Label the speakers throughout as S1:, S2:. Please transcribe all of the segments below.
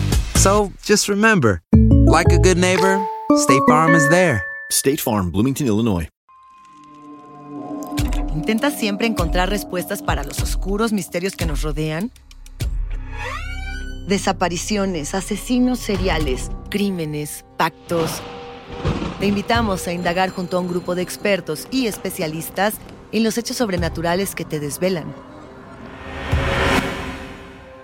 S1: So just remember, like a good neighbor, State Farm is there.
S2: State Farm, Bloomington, Illinois.
S3: ¿Intentas siempre encontrar respuestas para los oscuros misterios que nos rodean? Desapariciones, asesinos seriales, crímenes, pactos. Te invitamos a indagar junto a un grupo de expertos y especialistas en los hechos sobrenaturales que te desvelan.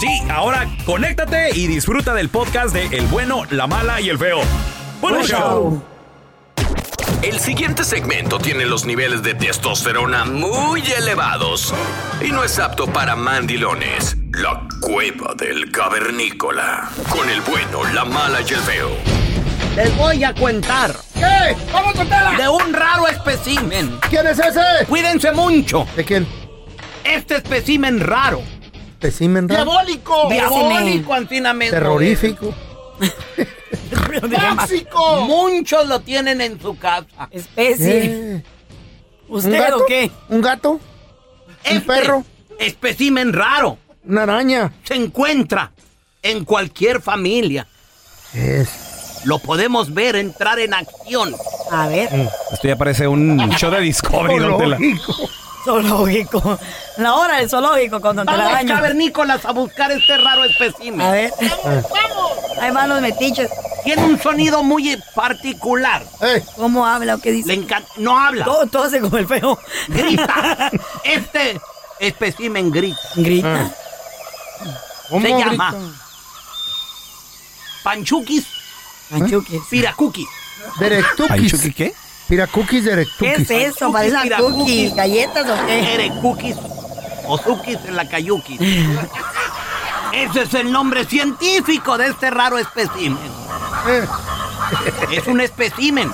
S4: Sí, ahora conéctate y disfruta del podcast de El bueno, la mala y el feo. Buen
S5: Buen
S4: show.
S6: El siguiente segmento tiene los niveles de testosterona muy elevados y no es apto para mandilones. La cueva del cavernícola. Con el bueno, la mala y el feo.
S7: Les voy a contar.
S5: ¿Qué? ¡Vamos
S7: De un raro espécimen.
S5: ¿Quién es ese?
S7: Cuídense mucho.
S5: ¿De quién?
S7: Este espécimen raro.
S5: Especimen raro.
S7: Diabólico.
S5: Espécimen.
S7: Diabólico, antinamente.
S5: Terrorífico.
S7: ¡Tóxico! Muchos lo tienen en su casa. Especie.
S5: Eh, ¿un
S7: ¿Usted
S5: gato?
S7: o qué?
S5: ¿Un gato?
S7: Este
S5: perro?
S7: Espécimen raro.
S5: ¿Una araña?
S7: Se encuentra en cualquier familia.
S5: Es.
S7: Lo podemos ver entrar en acción.
S8: A ver,
S4: Mm, Esto ya parece un show de
S7: Oh,
S4: Discovery, don Tela.
S8: zoológico. La hora del zoológico con Don
S7: Vamos,
S8: Telaraño.
S7: cavernícolas, a buscar este raro espécimen.
S8: A ver. Ahí van los metiches.
S7: Tiene un sonido muy particular.
S5: Ey,
S8: ¿Cómo habla o qué dice?
S7: Le encanta. No habla.
S8: Todo, todo hace como el feo.
S7: grita. Este espécimen grita.
S8: Grita.
S5: ¿cómo
S7: Se
S5: grita?
S7: llama Panchuquis
S5: ¿Eh?
S8: Manchuquis.
S7: Piracuki.
S5: Derectukis.
S4: qué?
S5: Piracukis
S8: ¿Qué
S5: derectukis.
S8: es eso?
S7: Cookies,
S8: ¿Parecen
S7: mira,
S8: cookies?
S7: cookies.
S8: ¿Galletas o qué?
S7: Erecuquis. Ozuquis en la Cayuquis. Ese es el nombre científico de este raro espécimen.
S5: Eh,
S7: Es un espécimen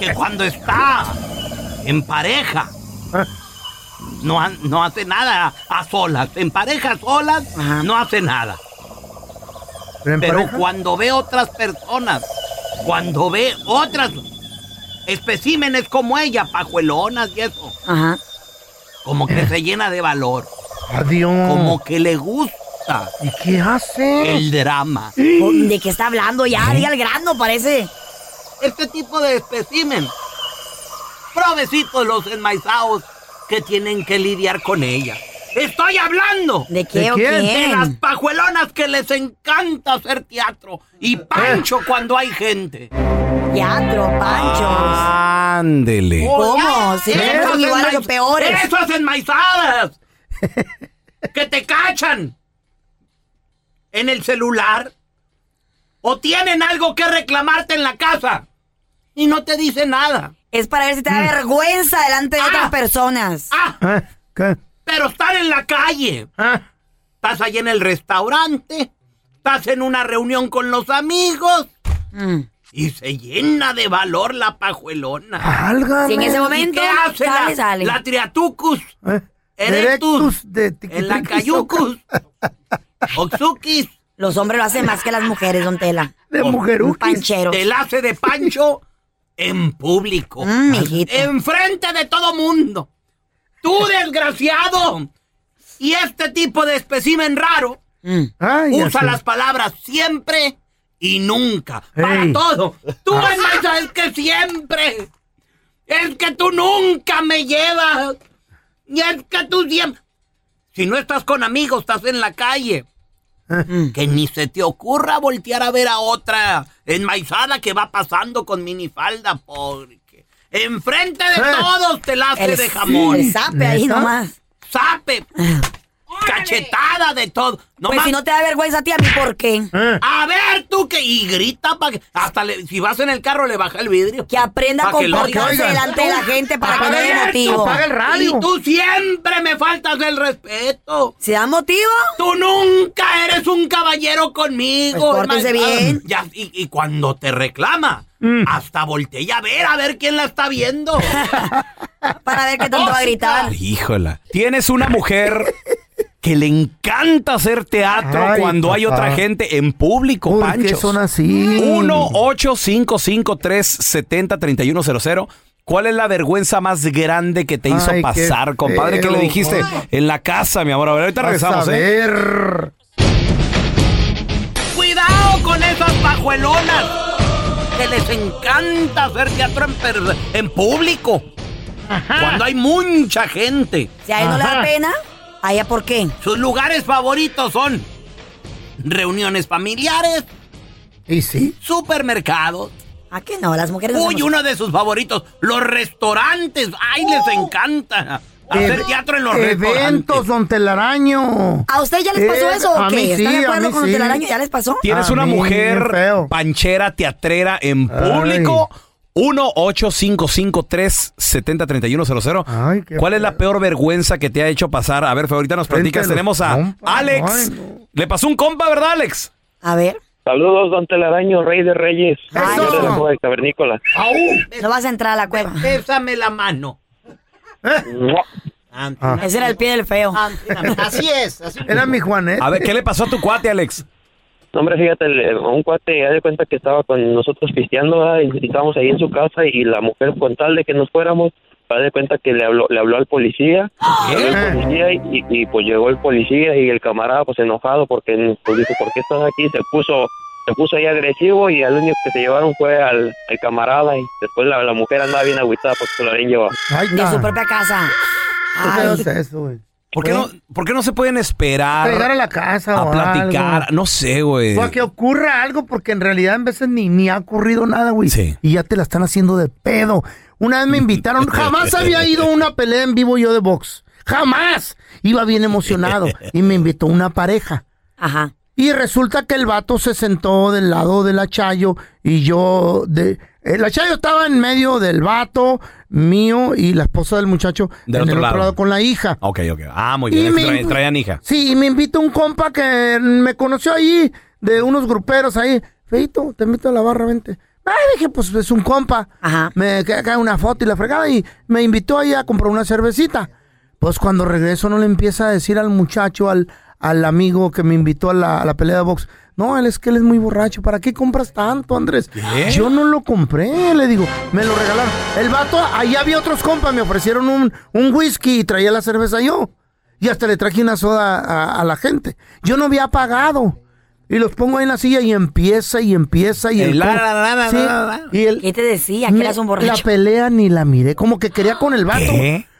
S7: que cuando está en pareja no, ha- no hace nada a solas. En pareja a solas no hace nada.
S5: ¿pero en
S7: Pero
S5: pareja?
S7: cuando ve otras personas, cuando ve otras especímenes como ella, pajuelonas y eso,
S8: Ajá.
S7: como que se llena de valor,
S5: Adiós.
S7: como que le gusta
S5: ¿Y qué hace?
S7: el drama.
S8: ¿De qué está hablando ya? Diga el grano, parece.
S7: Este tipo de especímen, provecitos los enmaizados que tienen que lidiar con ella. ¡Estoy hablando!
S8: ¿De qué
S5: ¿De
S8: o
S5: quién?
S7: De las
S8: quién?
S7: pajuelonas que les encanta hacer teatro
S5: Eh.
S7: y pancho cuando hay gente. Ah.
S8: Teatro, panchos.
S4: Ándele. Oh,
S8: ¿Cómo?
S7: Oye,
S8: Sí, son
S7: esas
S8: iguales o
S7: enmaiz-
S8: peores.
S7: ¡Esas enmaizadas! que te cachan en el celular o tienen algo que reclamarte en la casa y no te dice nada.
S9: Es para ver si te
S7: Mm.
S9: da vergüenza delante
S7: Ah.
S9: de otras personas.
S5: ¿Qué?
S7: Pero estar en la calle. Estás ahí en el restaurante. Estás en una reunión con los amigos.
S9: Mm.
S7: Y se llena de valor la pajuelona.
S9: Si en ese momento
S7: ¿Y qué hace
S9: sale,
S7: la,
S9: sale.
S7: la triatucus? Erectus. en la cayucus. Oxukis.
S9: Los hombres lo hacen más que las mujeres, don Tela. De mujeruquis. Pancheros.
S7: Te la hace de pancho Mm, en público. Enfrente de todo mundo. Tú, desgraciado. Y este tipo de especimen raro Mm.
S5: ya
S7: usa
S5: sé.
S7: las palabras siempre y nunca. Para
S5: Ey. Ah.
S7: todo. Tú, Vanessa, es que siempre. Es que tú nunca me llevas. Y es que tú siempre. Si no estás con amigos, estás en la calle.
S9: Mm.
S7: Que ni se te ocurra voltear a ver a otra enmaizada que va pasando con minifalda, porque enfrente de
S9: Eh.
S7: todos te la hace
S9: El-
S7: de jamón.
S9: el zape ahí ¿Neta? nomás.
S7: Sape. Cachetada de todo.
S9: Pues si no te da vergüenza a ti, a mí, ¿por qué?
S7: A ver tú que... Y grita para que... Hasta le- si vas en el carro le baja el vidrio. Que
S9: aprenda a comportarse delante de la gente para que no dé motivo.
S7: Y tú siempre me faltas el respeto.
S9: ¿Se da motivo?
S7: Tú nunca eres un caballero conmigo.
S9: Pues, pórtese
S7: hermano.
S9: bien.
S7: Ya, y, y cuando te reclama, hasta voltea a ver a ver quién la está viendo.
S9: Para ver qué tanto va a gritar.
S4: Híjola. Tienes una mujer que le encanta hacer teatro
S5: Ay,
S4: cuando hay
S5: papá. Mm.
S4: otra gente en público,
S5: ¿Por qué
S4: Panchos.
S5: son así?
S4: 1-855-370-3100. ¿Cuál es la vergüenza más grande que te hizo
S5: Ay, qué
S4: pasar, compadre? ¿Qué le
S5: feo.
S4: dijiste? En la casa, mi amor. A ver, ahorita
S5: Vas
S4: regresamos,
S5: a
S4: ¿eh?
S7: Cuidado con esas pajuelonas que les encanta hacer teatro en, per- en público. Cuando hay mucha gente.
S9: Si a él no le da pena, ¿a ella por qué?
S7: Sus lugares favoritos son reuniones familiares.
S5: ¿Y sí?
S7: Supermercados.
S9: ¿A qué no? Las mujeres no
S7: Uy,
S9: somos-
S7: uno de sus favoritos, los restaurantes. Ay, les
S9: ¡Oh!
S7: encanta hacer
S5: Ev-
S7: teatro en los restaurantes.
S5: Eventos, don Telaraño.
S9: ¿A usted ya les pasó
S5: Eh,
S9: eso o
S5: a
S9: qué?
S5: mí
S9: ¿Están
S5: sí,
S9: de
S5: a
S9: acuerdo
S5: mí
S9: con
S5: sí.
S9: el telaraño? ¿Ya les pasó?
S4: ¿Tienes
S5: A
S4: una
S5: mí,
S4: mujer
S5: bien feo.
S4: panchera, teatrera en público? 1-855-370-3100. ¿Cuál es la peor vergüenza que te ha hecho pasar? A ver, Feo, ahorita nos platicas.
S10: de los
S4: Tenemos a Alex. Le pasó un compa, ¿verdad, Alex?
S9: A ver.
S10: Saludos, don Telaraño, rey de reyes. Señor de la moda de cavernícola.
S9: No vas a entrar a la cueva.
S7: Bésame la mano.
S10: Mua.
S9: Ah. Ese era el pie del feo.
S7: Ah, Así es. así-
S5: Era mi Juanete.
S4: A ver, ¿qué le pasó a tu cuate, Alex?
S10: No, hombre, fíjate, el- eh, un cuate, haz de cuenta que estaba con nosotros pisteando, ¿verdad? y estábamos ahí en su casa, y la mujer, con tal de que nos fuéramos, haz de cuenta que le habló, le habló al policía, Habló al policía y, y, pues llegó el policía y el camarada, pues enojado, porque pues, dijo, ¿por qué estás aquí? Se puso se puso ahí agresivo y al único que se llevaron fue al, al camarada, y después la, la mujer andaba bien agüitada porque se lo habían llevado.
S9: De su propia casa. Ay.
S4: ¿Por qué, no, por qué no se pueden
S5: A
S4: esperar
S5: llegar a la casa
S4: a
S5: o
S4: platicar? eh.
S5: algo.
S4: No sé, güey.
S5: O a que ocurra algo, porque en realidad en veces ni, ni ha ocurrido nada, güey. Y ya te la están haciendo de pedo. Una vez me invitaron, jamás había ido a una pelea en vivo yo de box. Jamás. Iba bien emocionado. Y me invitó una pareja.
S9: Ajá.
S5: Y resulta que el vato se sentó del lado del achayo y yo de el achayo estaba en medio del vato mío y la esposa del muchacho
S4: Del
S5: en
S4: otro
S5: el
S4: lado.
S5: otro lado con la hija.
S4: Ok, ok. Ah, muy
S5: Y
S4: bien.
S5: me-
S4: Trae- traían hija.
S5: Sí, y me invita un compa que me conoció ahí, de unos gruperos ahí. Feito, te invito a la barra, vente. Ah, dije, pues es un compa. Me ca- cae una foto y la fregada y me invitó ahí a comprar una cervecita. Pues cuando regreso no le empieza a decir al muchacho, al, al amigo que me invitó a la, a la pelea de box. No, él es que él es muy borracho. ¿Para qué compras tanto, Andrés? Yo no lo compré, le digo. Me lo regalaron. El vato, ahí había otros compas, me ofrecieron un, un whisky y traía la cerveza yo. Y hasta le traje una soda a, a la gente. Yo no había pagado. Y los pongo ahí en la silla y empieza y empieza y
S9: El
S5: el
S9: la,
S5: com-
S9: la, la, la,
S5: Sí,
S9: la, la.
S5: y el-
S9: ¿Qué te decía?
S5: me-
S9: Que eras un borracho.
S5: La pelea ni la miré, como que quería con el vato.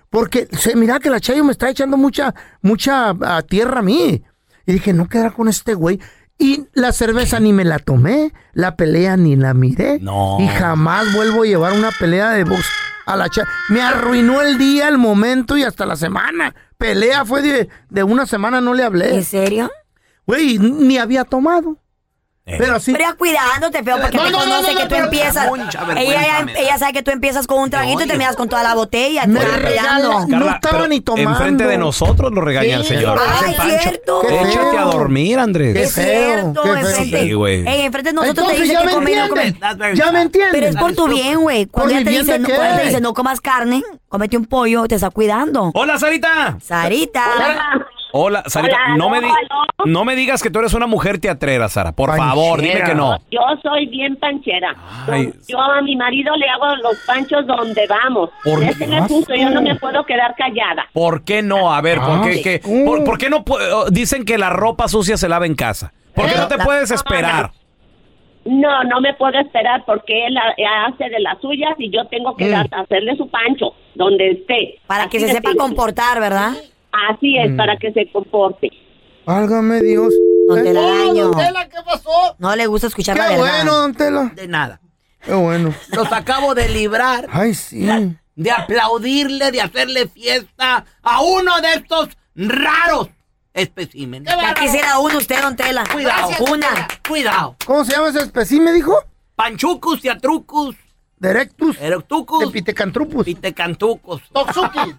S5: Porque se mira que la Chayo me está echando mucha mucha ah, tierra a mí. Y dije, no quedará con este güey. Y la cerveza ni me la tomé, la pelea ni la miré.
S4: No.
S5: Y jamás vuelvo a llevar una pelea de box a la Chayo. Me arruinó el día, el momento y hasta la semana. pelea fue de, de una semana, no le hablé. ¿En
S9: serio?
S5: Güey, ni había tomado. Pero sí.
S9: Pero ya cuidándote, feo, porque
S5: No,
S9: te
S5: no, no,
S9: conoce
S5: no, no,
S9: que tú
S5: pero-
S9: empiezas.
S5: Mucha vergüenza
S9: Ella,
S5: me
S9: ya- ella sabe que tú empiezas con un traguito y terminas con toda la botella. Me
S5: regala-
S4: Carla,
S5: no estaba
S4: pero
S5: ni tomando.
S4: Enfrente de nosotros lo regaña el
S9: Sí.
S4: señor.
S9: Ay, cierto. Qué
S4: Échate
S9: feo.
S4: a dormir, Andrés.
S9: Es cierto, enfrente.
S4: Sí, güey.
S9: Ey, enfrente de nosotros
S5: Entonces,
S9: te
S5: ya
S9: dicen
S5: me
S9: que comer, no
S5: entiendes.
S9: comer.
S5: Ya me entiendes.
S9: Pero es por tu bien, güey. Cuando ella
S5: ¿Por mi
S9: te
S5: bien
S9: dice,
S5: de
S9: no,
S5: qué?
S9: cuando ella te dice, no comas carne, comete un pollo, te está cuidando.
S4: Hola, Sarita.
S9: Sarita.
S4: Hola, Sarita.
S11: Hola,
S4: no, me
S11: aló,
S4: di-
S11: aló.
S4: no me digas que tú eres una mujer teatrera, Sara. Por favor, dime que no.
S11: Yo soy bien panchera.
S4: Ay,
S11: Yo a mi marido le hago los panchos donde vamos.
S4: ¿Por
S11: Ese es el
S4: más?
S11: punto, yo no me puedo quedar callada.
S4: ¿Por qué no? A ver, ¿por
S11: Ah.
S4: qué, qué- por, por qué no pu- dicen que la ropa sucia se lava en casa? ¿Por qué no te puedes esperar?
S11: No, no me puedo esperar porque él ha- hace de las suyas y yo tengo
S4: Mm.
S11: que dar- hacerle su pancho donde esté.
S9: Para que se sepa comportar, ¿verdad?
S11: Así es,
S5: Mm.
S11: para que se comporte.
S5: Válgame Dios.
S9: Don Tela,
S5: Oh,
S9: daño.
S5: don Tela, ¿Qué pasó?
S9: No le gusta escuchar la
S5: Qué
S9: verdad.
S5: bueno, don Tela.
S7: De nada.
S5: Qué bueno.
S7: Los acabo de librar
S5: Ay, sí.
S7: de aplaudirle, de hacerle fiesta a uno de estos raros especímenes.
S9: Ya quisiera uno usted, don Tela.
S7: Cuidado,
S9: Una.
S7: Cuidado.
S5: ¿Cómo se llama ese espécimen, me dijo?
S7: Panchucus y atrucus.
S5: Directus.
S7: Erectucus.
S5: Pitecantrupus.
S7: Pitecantucus.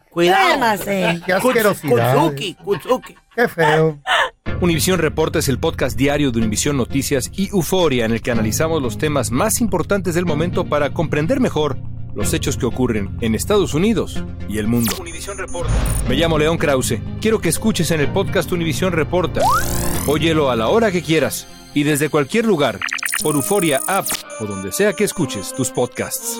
S7: Cuidado.
S9: Cálmase.
S5: Qué
S7: Kuts-
S5: asquerosidad.
S7: Kutsuki, Kutsuki.
S5: Qué feo.
S12: Univisión Reporta es el podcast diario de Univisión Noticias y Euforia en el que analizamos los temas más importantes del momento para comprender mejor los hechos que ocurren en Estados Unidos y el mundo. Me llamo León Krause. Quiero que escuches en el podcast Univisión Reporta. Óyelo a la hora que quieras y desde cualquier lugar por Euforia App o donde sea que escuches tus podcasts.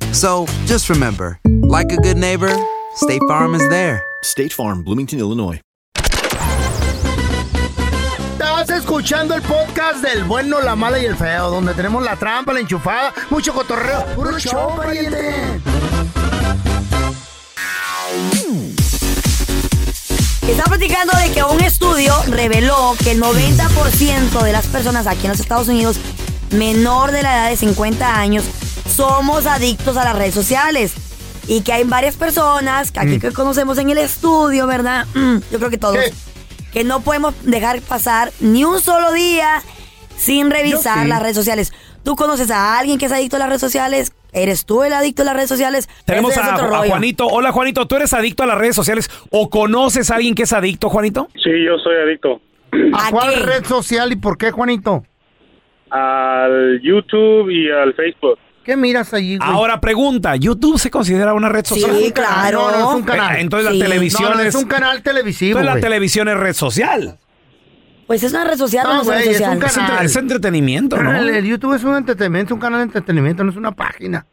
S1: So just remember, like a good neighbor, State Farm is there.
S13: State Farm, Bloomington, Illinois.
S5: Estás escuchando el podcast del bueno, la mala y el feo, donde tenemos la trampa, la enchufada, mucho cotorreo. ¡Puro show, pariente!
S9: Está platicando de que un estudio reveló que el 90% de las personas aquí en los Estados Unidos menor de la edad de 50 años somos adictos a las redes sociales. Y que hay varias personas que aquí
S14: Mm.
S9: que conocemos en el estudio, ¿verdad? Mm, Yo creo que todos. Que no podemos dejar pasar ni un solo día sin revisar
S14: sí.
S9: las redes sociales. ¿Tú conoces a alguien que es adicto a las redes sociales? ¿Eres tú el adicto a las redes sociales?
S4: Tenemos
S9: Ese es
S4: a,
S9: otro
S4: a
S9: rollo.
S4: Juanito. Hola, Juanito. ¿Tú eres adicto a las redes sociales o conoces a alguien que es adicto, Juanito?
S15: Sí, yo soy adicto
S5: ¿A cuál red social y por qué, Juanito?
S15: al YouTube y al Facebook.
S5: ¿Qué miras allí, güey?
S4: Ahora pregunta, ¿YouTube se considera una red social?
S5: Es un canal, No, no, es un canal.
S4: Eh, Entonces
S5: Sí.
S4: la televisión
S5: No, no,
S4: es,
S5: es un canal televisivo.
S4: Entonces la
S5: güey.
S4: televisión es red social.
S9: Pues es una red social o
S5: No,
S9: no es una
S5: güey,
S9: red
S5: es
S9: social.
S5: un canal.
S4: Es entretenimiento, ¿no?
S5: El, el YouTube es un entretenimiento, un canal de entretenimiento, no es una página.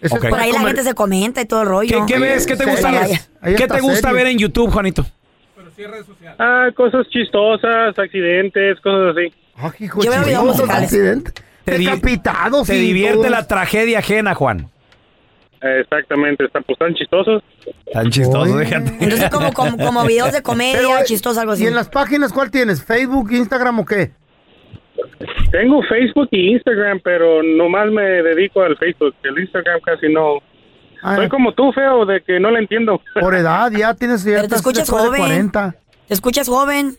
S5: Ese es
S4: Ok.
S9: Por
S5: para
S9: ahí la
S5: comer-
S9: gente se comenta y todo el rollo.
S4: ¿Qué, qué ves? ¿Qué te gusta,
S9: Vaya.
S4: ver? ¿Qué te gusta ver en YouTube, Juanito?
S15: Ah, cosas chistosas, accidentes, cosas así.
S5: Yo veo videos musicales.
S4: Te, di-
S5: Decapitados
S4: te
S5: y
S4: divierte
S5: todo
S4: la
S5: eso.
S4: tragedia ajena, Juan.
S15: Eh, Exactamente, están, pues, están chistosos.
S4: Tan chistoso, déjate.
S9: Entonces, como, como, como videos de comedia,
S5: Pero, eh,
S9: chistoso, algo así.
S5: ¿Y en las páginas cuál tienes? ¿Facebook, Instagram o qué?
S15: Tengo Facebook y Instagram, pero nomás me dedico al Facebook. El Instagram casi no.
S5: eh.
S15: Soy como tú, feo, de que no le entiendo.
S5: Ah, Por edad, ya tienes
S9: Pero te escuchas joven. Te escuchas joven.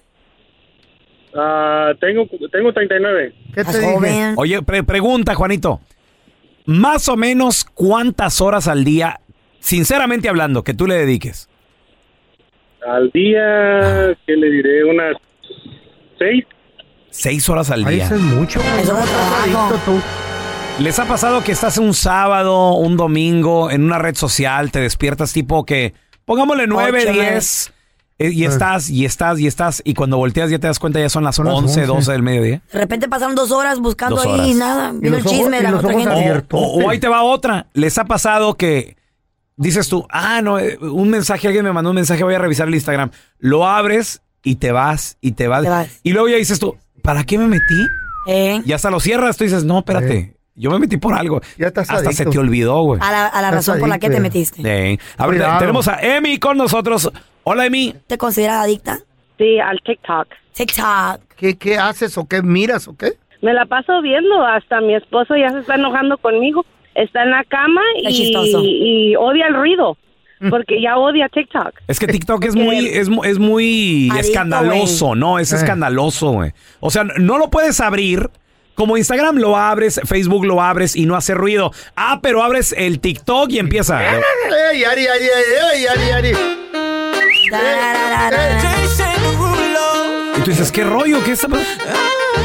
S15: Ah, tengo, tengo 39.
S5: ¿Qué
S15: te
S4: Oye, pre- pregunta, Juanito. Más o menos cuántas horas al día, sinceramente hablando, que tú le dediques.
S15: Al día, ¿qué le diré? Unas seis.
S4: Seis horas al
S5: Ahí
S4: día.
S5: eso es mucho. güey. No, adicto tú.
S4: ¿Les ha pasado que estás un sábado, un domingo, en una red social, te despiertas tipo que, pongámosle nueve,
S5: Ocho,
S4: diez, eh, y estás, y estás, y estás, y cuando volteas ya te das cuenta ya son las
S5: las
S4: once,
S5: 11.
S4: doce del mediodía?
S9: De repente pasaron dos horas buscando
S4: Dos
S9: ahí
S4: horas.
S9: y nada.
S4: Y
S9: Viendo el
S4: los
S9: chisme de la otra gente.
S4: O, o ahí te va otra. ¿Les ha pasado que dices tú, ah, no, eh, un mensaje, alguien me mandó un mensaje, voy a revisar el Instagram? Lo abres y te vas, y te vas. Y luego ya dices tú, ¿para qué me metí? Y hasta lo cierras, tú dices, no, espérate, yo me metí por algo. hasta se
S5: adicto.
S4: te olvidó, güey.
S9: A la, a la
S4: Estás
S9: razón por la que te
S4: adicta.
S9: metiste.
S4: Eh, a ver,
S5: Cuidado.
S4: tenemos a Emi con nosotros. Hola, Emi.
S9: ¿Te consideras adicta?
S11: Sí, al TikTok.
S9: TikTok.
S5: ¿Qué, ¿Qué haces o qué miras o qué?
S11: Me la paso viendo, hasta mi esposo ya se está enojando conmigo. Está en la cama
S9: Qué
S11: y,
S9: chistoso.
S11: y odia el ruido,
S4: Mm.
S11: porque ya odia TikTok.
S4: Es que TikTok es muy, es, mu- es muy
S11: Adicto,
S4: escandaloso,
S11: güey.
S4: ¿no? Es
S11: Eh.
S4: escandaloso, güey. O sea, no lo puedes abrir. Como Instagram lo abres, Facebook lo abres y no hace ruido. Ah, pero abres el TikTok y empieza.
S5: ¡Ey, Ari, Ari, Ari, Ari, Ari!
S4: Y tú dices, ¿qué rollo? ¿Qué está pa-?"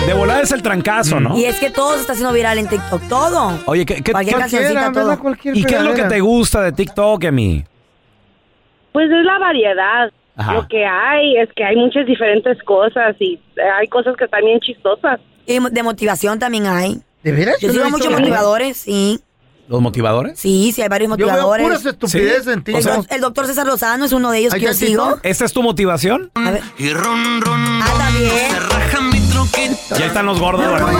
S4: De volada es el trancazo, ¿no?
S9: Y es que todo se está haciendo viral en TikTok. Todo.
S4: Oye, ¿qué, qué,
S9: Mm. Cualquier
S4: qué-
S9: cancioncita, todo.
S4: ¿Y qué es lo que te gusta de TikTok, Emi?
S11: Pues es la variedad.
S4: Ajá.
S11: Lo que hay es que hay muchas diferentes cosas y eh, hay cosas que están bien chistosas.
S9: Y de motivación también hay.
S5: ¿De veras?
S9: Yo
S5: Yo no
S9: sigo
S5: he
S9: muchos
S5: visto nada.
S9: motivadores, sí.
S4: ¿Los motivadores?
S9: Sí, sí, hay varios
S5: Yo veo
S9: motivadores.
S5: puras estupideces en
S9: El,
S5: TikTok.
S9: doc- el doctor César Lozano es uno de ellos que yo sigo.
S4: ¿Esta es tu motivación?
S16: Y ron, ron,
S9: Ah, también.
S4: Ya están los gordos, ¿verdad?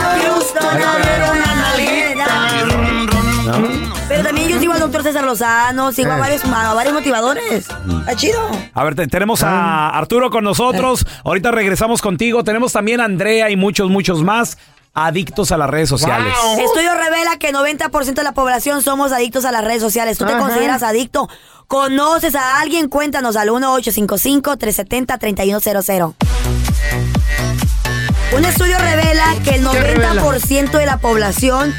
S9: Pero también yo sigo al doctor César Lozano, sigo a,
S4: Eh.
S9: varios, a varios motivadores.
S4: Mm.
S9: Está chido.
S4: A ver, te- tenemos a Arturo con nosotros. Ahorita regresamos contigo. Tenemos también a Andrea y muchos, muchos más adictos a las redes sociales.
S9: Estudio revela que 90% de la población somos adictos a las redes sociales. ¿Tú te
S4: Ajá.
S9: consideras adicto? ¿Conoces a alguien? Cuéntanos al 1-855-370-3100. Un estudio revela que el 90% de la población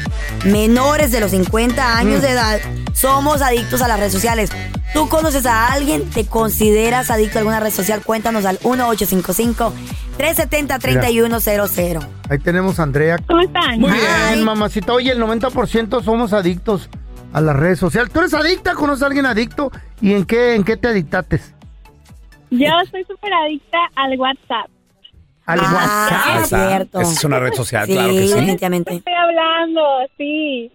S9: menores de los 50 años
S8: Mm.
S9: de edad somos adictos a las redes sociales. ¿Tú conoces a alguien? ¿Te consideras adicto a alguna red social? Cuéntanos al 1-855-370-3100.
S5: Ahí tenemos a Andrea.
S9: ¿Cómo están?
S5: Muy bien, mamacita. Oye, el 90% somos adictos a las redes sociales. ¿Tú eres adicta? ¿Conoces a alguien adicto? ¿Y en qué, en qué te adictates?
S17: Yo soy súper adicta al WhatsApp.
S9: Ah,
S5: Al WhatsApp.
S4: Ahí está.
S17: cierto.
S4: Esa es una red social, claro que sí.
S17: Estoy hablando, sí.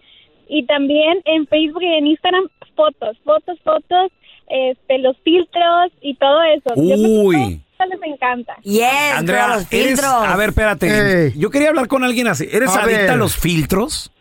S17: Y también en Facebook y en Instagram, fotos, fotos, fotos, este, los filtros y todo eso. Yo creo que
S4: Uy.
S17: a todos les encanta.
S9: Yes,
S4: Andrea, eres- a ver, espérate. Yo quería hablar con alguien así. ¿Eres
S17: A
S4: adicta
S17: ver.
S4: a los filtros?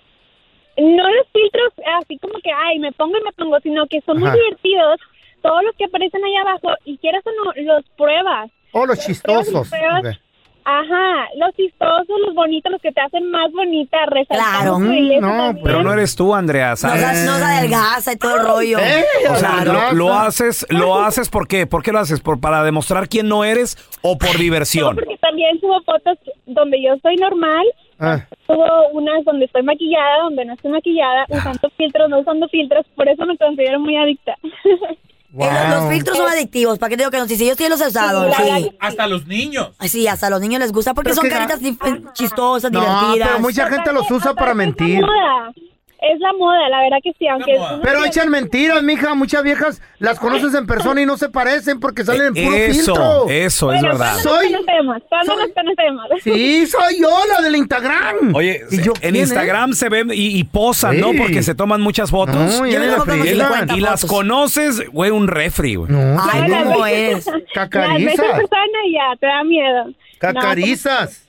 S17: No los filtros así como que, ay, me pongo y me pongo, sino que son
S4: Ajá.
S17: muy divertidos. Todos los que aparecen ahí abajo y quieras o no, los pruebas.
S5: O los
S17: pruebas y
S5: chistosos.
S17: pruebas.
S5: Ok.
S17: Ajá, los chistosos, los bonitos, los que te hacen más bonita, resaltando tu belleza también.
S4: Pero Mm, no eres tú, Andrea, ¿sabes?
S9: Nos adelgaza y todo el rollo.
S4: O sea, Eh, lo, lo
S9: Claro.
S4: haces, lo haces por qué? ¿Por qué lo haces? ¿Por, ¿Para demostrar quién no eres o por diversión?
S17: Porque también subo fotos donde yo soy normal,
S4: Ah.
S17: subo unas donde estoy maquillada, donde no estoy maquillada, usando filtros, no usando filtros, por eso me considero muy adicta.
S9: Eh, Los filtros son adictivos. ¿Para qué te digo que no? Sí, sí, yo sí los he usado.
S18: Sí,
S9: Sí.
S18: Hasta los niños.
S9: Ay, sí, hasta a los niños les gusta porque
S18: Pero
S9: son
S18: es que-
S9: caritas dif- eh, chistosas,
S5: No,
S9: divertidas.
S5: pero mucha gente los usa para
S17: Es
S5: mentir.
S17: la moda, es la moda, la verdad que sí, aunque... es una
S5: Pero echan mentiras, mija. Muchas viejas las conoces en persona y no se parecen porque salen en puro
S4: Eso,
S5: filtro.
S4: eso es verdad.
S5: Soy-
S17: ¿Cuándo nos conocemos?
S5: Sí, soy yo, la del Instagram.
S4: Oye,
S5: ¿Y yo
S4: en
S5: quién,
S4: Instagram se ven y, y posan,
S5: Sí.
S4: ¿no? Porque se toman muchas fotos.
S5: No, ya Yo le le tomo como friega. 50
S4: y las
S5: fotos.
S4: conoces, güey, un refri, güey. No,
S17: Ay, las veces- las veces
S5: Cacarizas.
S17: personas ya, te da miedo. No,
S5: Cacarizas.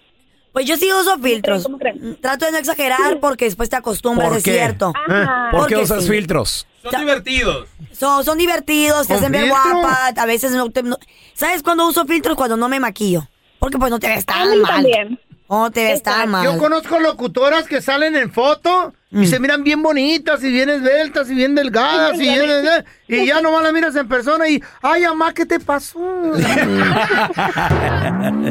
S9: Pues yo sí uso filtros. Mm, Trato de no exagerar porque después te acostumbras,
S4: ¿Por
S9: es
S4: qué? Ah.
S9: cierto.
S4: Ajá. ¿Por qué
S9: Porque
S4: usas
S9: sí.
S4: filtros?
S9: Son
S4: divertidos.
S9: Son, son divertidos, te
S4: ¿Con
S9: hacen ver
S4: filtro?
S9: guapa, a veces no te... no- ¿Sabes cuándo uso filtros? Cuando no me maquillo. Porque pues no te ves tan mal. No te ves tan mal.
S5: Yo conozco locutoras que salen en foto y se miran bien bonitas y bien esbeltas y bien delgadas y, bien, y ya nomás las miras en persona y, ay, mamá, ¿qué te pasó?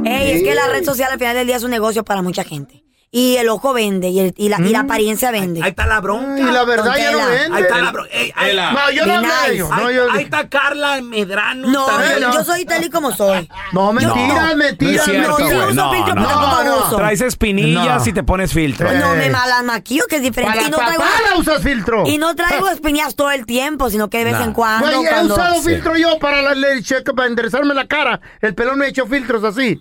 S9: Ey, es que la red social al final del día es un negocio para mucha gente. Y el ojo vende y, el- y la, y la apariencia vende. Ahí
S7: está la bronca.
S5: Y la verdad ya no vende.
S7: Ahí está la bro- ey, ahí-
S5: Tela. No, yo no
S7: Be
S5: hablé de ello, no,
S7: Ahí,
S5: yo-
S7: ahí está Carla Medrano.
S9: No,
S7: también.
S9: yo, yo soy tal y como soy.
S5: No,
S9: mentiras, mentiras,
S4: No,
S9: mentiras.
S4: no,
S9: No,
S4: no,
S9: filtro, pero
S4: no,
S9: tampoco
S4: no.
S9: uso.
S4: Traes espinillas
S9: No.
S4: y te pones filtro.
S9: No me malas maquillo, que es diferente.
S5: Para
S9: y no traigo,
S5: tapada usas filtro.
S9: Y no traigo espinillas todo el tiempo, sino que de vez
S5: Nah.
S9: en cuando.
S5: Güey, he
S9: cuando-
S5: usado filtro yo para, la, leche, para enderezarme la cara. El pelón me ha hecho filtros así.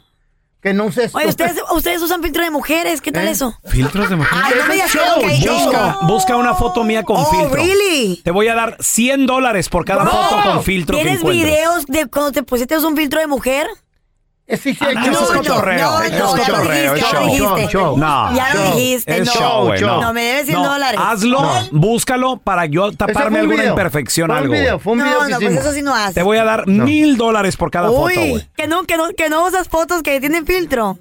S5: Que no sé.
S9: Oye, ustedes, ustedes usan filtro de mujeres, ¿qué tal
S5: ¿Eh?
S9: eso?
S4: ¿Filtros de mujer?
S9: Ay, no me digas que lo que yo.
S4: busca, busca una foto mía con
S9: Oh,
S4: filtro.
S9: really?
S4: Te voy a dar 100 dólares por cada
S9: No.
S4: foto con filtro que
S9: ¿Tienes
S4: encuentres.
S9: videos de cuando te pusiste un filtro de mujer?
S5: Sí, sí,
S4: Ah, no, eso es cotorreo,
S9: No,
S4: eso
S9: no,
S4: es
S9: ya lo
S4: cotorreo,
S9: dijiste,
S4: es
S9: ya lo
S4: show.
S9: dijiste.
S4: Show, show.
S9: Ya lo
S4: No,
S9: dijiste,
S4: es
S9: no.
S4: show, güey, no.
S9: No, me debes 100
S4: No,
S9: dólares.
S4: Hazlo, búscalo para yo taparme
S5: un
S4: alguna
S5: video.
S4: imperfección,
S5: Fue un
S4: algo.
S5: video, fue un
S9: No,
S5: video que
S9: no, pues
S5: hicimos.
S9: eso sí no haces.
S4: Te voy a dar mil dólares por cada foto, güey.
S9: que no, que no, que no usas fotos que tienen filtro.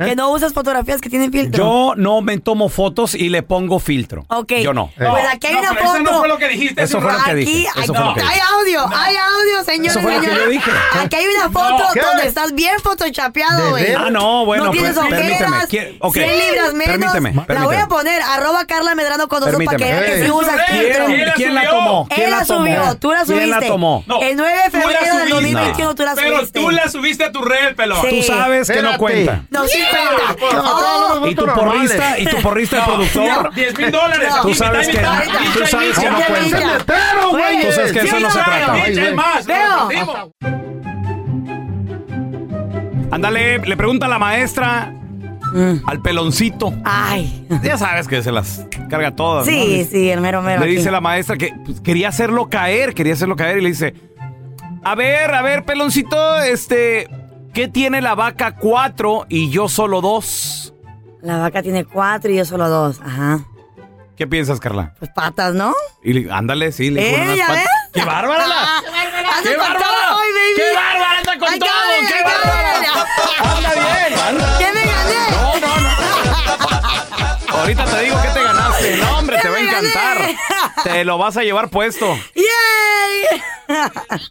S9: Que no usas fotografías que tienen filtro.
S4: ¿Mm? ¿Eh? Yo no me tomo fotos y le pongo filtro.
S9: Ok.
S4: Yo no.
S9: Pues aquí hay
S4: No,
S9: una
S4: pero eso
S9: foto.
S4: no fue lo que dijiste hace
S9: Eso
S4: un
S9: fue lo
S4: rato.
S9: que dije.
S4: Eso fue lo que
S9: hay
S4: dije.
S9: audio, hay audio, señores.
S4: Eso fue lo que
S9: señores.
S4: yo dije.
S9: Aquí hay una foto
S4: ¿Qué?
S9: donde estás bien photoshopeado,
S4: ¿De
S9: güey.
S4: veras? Ah, no, bueno,
S9: No tienes
S4: pues,
S9: ojeras,
S4: permíteme. ¿Quién- ok.
S9: 100 libras menos.
S4: Permíteme,
S9: La voy
S4: permíteme.
S9: a poner, arroba Carla Medrano con nosotros para que
S4: Permíteme.
S9: vean que
S4: Ey.
S9: sí usas
S4: ¿Quién-
S9: filtro.
S4: quién la ¿Quién la subió? tomó?
S9: Él
S4: ¿Quién
S9: la
S4: la tomó?
S9: subió, tú la subiste.
S4: ¿Quién la tomó? No.
S9: El 9 de
S4: Tú la
S9: febrero del
S4: subiste.
S9: 2021 tú la
S4: Pero
S9: subiste.
S4: tú la
S18: subiste a tu red, pelón.
S4: Tú sabes que no cuenta.
S9: No, sí cuenta.
S5: Oh,
S4: Y tu porrista, y tu porrista, el productor.
S18: Diez mil dólares.
S4: Tú sabes que, tú sabes que no cuenta. Tú sabes que eso no se trata.
S9: Veo.
S4: Ándale, le pregunta a la maestra al peloncito.
S9: Mm. Ay.
S4: Ya sabes que se las carga todas. ¿no?
S9: Sí, sí, el mero mero.
S4: le
S9: aquí.
S4: dice la maestra que pues, quería hacerlo caer, quería hacerlo caer y le dice, a ver, a ver, peloncito, este, ¿qué tiene la vaca cuatro y yo solo dos?
S9: La vaca tiene cuatro y yo solo dos. Ajá.
S4: ¿Qué piensas, Carla?
S9: Pues patas, ¿no?
S4: Y le- ándale, sí, le dijo
S9: ¿Eh?
S4: unas
S9: ¿Ya
S4: pat-
S9: ves?
S4: ¡Qué bárbara! la!
S9: Ah, ¡Anda
S4: ¡Qué
S9: con
S4: bárbara!
S9: todo hoy, baby!
S4: ¡Qué bárbara, anda con
S9: Ay,
S4: todo!
S9: cabe,
S4: ¡Qué
S9: ay,
S4: cabe.
S9: ¡Que me gané!
S4: No, no, Ahorita te digo que te ganaste. No, hombre, te va a
S9: me gané.
S4: encantar. Te lo vas a llevar puesto.
S9: ¡Yay!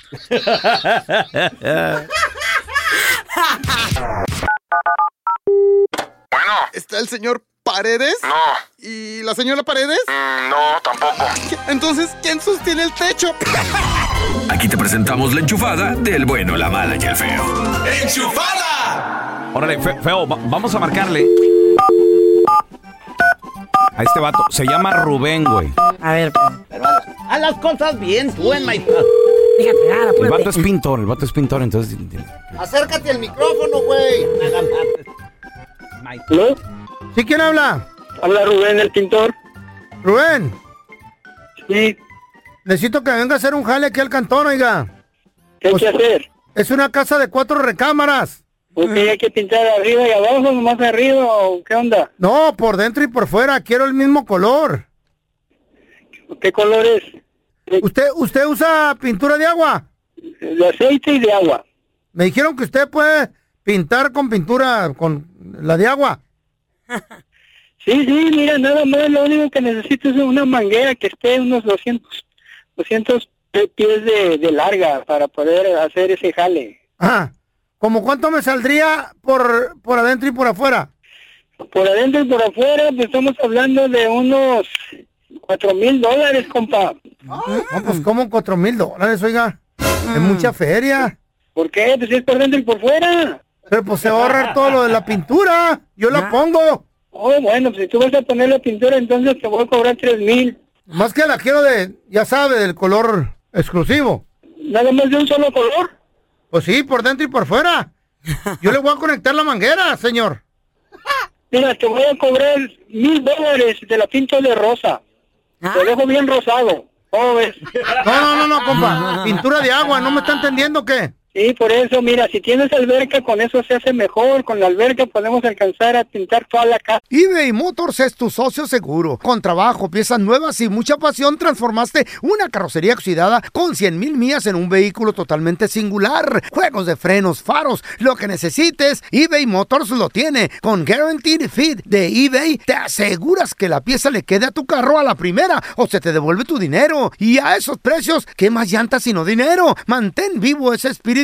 S19: Bueno. ¿Está el señor Paredes? No. ¿Y la señora Paredes? no, tampoco. Entonces, ¿quién sostiene el techo?
S6: Aquí te presentamos la enchufada del bueno, la mala y el feo.
S4: Órale, fe- feo, va- vamos a marcarle. A este vato. Se llama Rubén, güey.
S9: A ver.
S7: Haz las cosas bien, tú en my...
S4: El vato es pintor, el vato es pintor, entonces.
S5: Acércate al micrófono, güey. ¿Aló? ¿Sí quién habla? Habla Rubén, el pintor. Rubén. Sí. Necesito que venga a hacer un jale aquí al cantón, oiga. ¿Qué hay que hacer? Es una casa de cuatro recámaras.
S20: Pues sí, hay que pintar arriba y abajo, nomás arriba, ¿o qué onda?
S5: No, por dentro y por fuera, quiero el mismo color.
S20: ¿Qué color es? Eh,
S5: ¿Usted, usted usa pintura de agua?
S20: De aceite y de agua.
S5: Me dijeron que usted puede pintar con pintura, con la de agua.
S20: Sí, sí, mira, nada más, lo único que necesito es una manguera que esté unos 200, 200 pe- pies de, de larga para poder hacer ese jale.
S5: Ajá. ¿Cómo cuánto me saldría por, por adentro y por afuera?
S20: Por adentro y por afuera, pues estamos hablando de unos 4 mil dólares, compa.
S5: No, pues como cuatro mil dólares, oiga. Es mucha feria.
S20: ¿Por qué? Pues si es por dentro y por fuera.
S5: Pero pues se va a ahorrar todo lo de la pintura. Yo la pongo.
S20: Oh, bueno, pues si tú vas a poner la pintura, entonces te voy a cobrar 3 mil.
S5: Más que la quiero de, ya sabe, del color exclusivo.
S20: ¿Nada más de un solo color?
S5: Pues sí, por dentro y por fuera. Yo le voy a conectar la manguera, señor.
S20: Mira, te voy a cobrar mil dólares de la pinto de rosa. Te dejo bien rosado. ¿Cómo ves? Ah.
S5: No, no, no, no, compa. Pintura de agua, ¿no me está entendiendo o qué?
S20: Sí, por eso, mira, si tienes alberca, con eso se hace mejor. Con la alberca podemos alcanzar a pintar toda la casa.
S5: eBay Motors es tu socio seguro. Con trabajo, piezas nuevas y mucha pasión, transformaste una carrocería oxidada con 100 mil millas en un vehículo totalmente singular. Juegos de frenos, faros, lo que necesites, eBay Motors lo tiene. Con Guaranteed Fit de eBay, te aseguras que la pieza le quede a tu carro a la primera o se te devuelve tu dinero. Y a esos precios, ¿qué más llantas sino dinero? Mantén vivo ese espíritu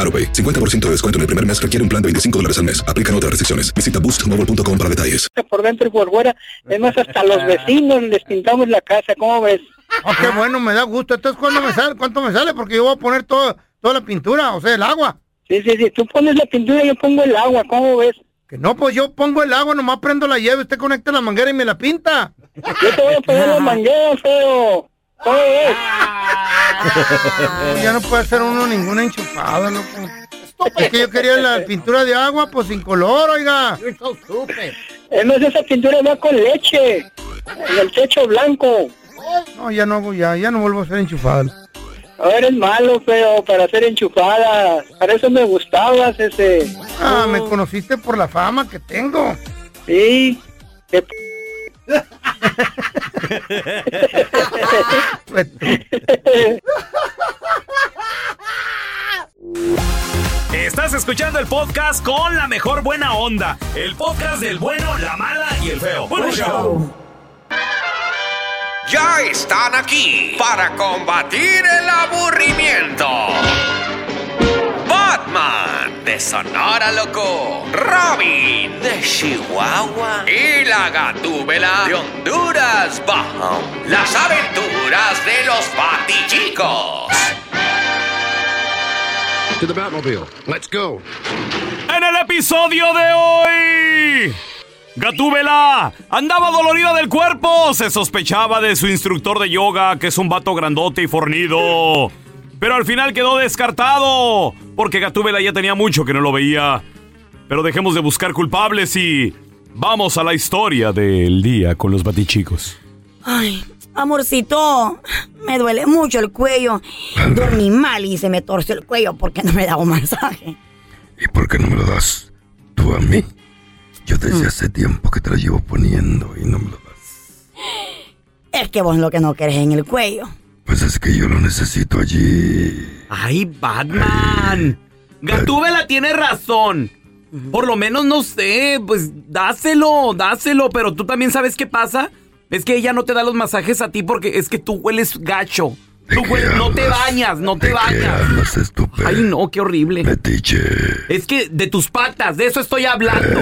S21: AroPay. 50% de descuento en el primer mes requiere un plan de 25 dólares al mes. Aplican otras restricciones. Visita boostmobile.com para detalles.
S20: Por dentro y por fuera. Es más, hasta los vecinos les pintamos la casa. ¿Cómo ves?
S5: Oh, qué bueno, me da gusto. Entonces, ¿cuándo me sale? ¿cuánto me sale? Porque yo voy a poner todo, toda la pintura, o sea, el agua.
S20: Sí, sí, sí. Tú pones la pintura y yo pongo el agua. ¿Cómo ves?
S5: Que no, pues yo pongo el agua, nomás prendo la llave, usted conecta la manguera y me la pinta.
S20: Yo te voy a poner la manguera, feo. ¿Cómo ves?
S22: Ah.
S5: ya no puede hacer uno ninguna enchufada, loco. Es que yo quería la pintura de agua, pues sin color, oiga.
S20: Es más, esa pintura va con leche. En el techo blanco.
S5: No, ya no hago, ya, ya no vuelvo a ser enchufada.
S20: Ahora eres malo, feo, para hacer enchufadas. Para eso me gustabas ese.
S5: Ah, me conociste por la fama que tengo.
S20: Sí. Qué p-
S5: Pues
S4: Estás escuchando el podcast con la mejor buena onda. El podcast del bueno, la mala y el feo. Buen show.
S6: Ya están aquí para combatir el aburrimiento. Batman de Sonora Loco, Robin de Chihuahua y la Gatúbela de Honduras Bajo. Las aventuras de los patichicos.
S23: To the Batmobile. Let's go.
S4: En el episodio de hoy. Gatúbela andaba dolorida del cuerpo. Se sospechaba de su instructor de yoga, que es un vato grandote y fornido. Pero al final quedó descartado, porque Gatúbela ya tenía mucho que no lo veía. Pero dejemos de buscar culpables y vamos a la historia del día con los batichicos.
S9: Ay, amorcito, me duele mucho el cuello. Dormí mal y se me torció el cuello porque no me daba un masaje.
S18: ¿Y por qué no me lo das tú a mí? Yo
S7: Mm.
S18: desde hace tiempo que te lo llevo poniendo y no me lo das.
S9: Es que vos lo que no querés en el cuello.
S18: Pues es que yo lo necesito allí.
S7: ¡Ay, Batman! Gatúbela tiene razón. Por lo menos no sé, pues dáselo, dáselo, pero tú también sabes qué pasa. Es que ella no te da los masajes a ti porque es que tú hueles gacho. Tú hueles, no te bañas, no te bañas. Ay, no, qué horrible. Es que de tus patas, de eso estoy hablando.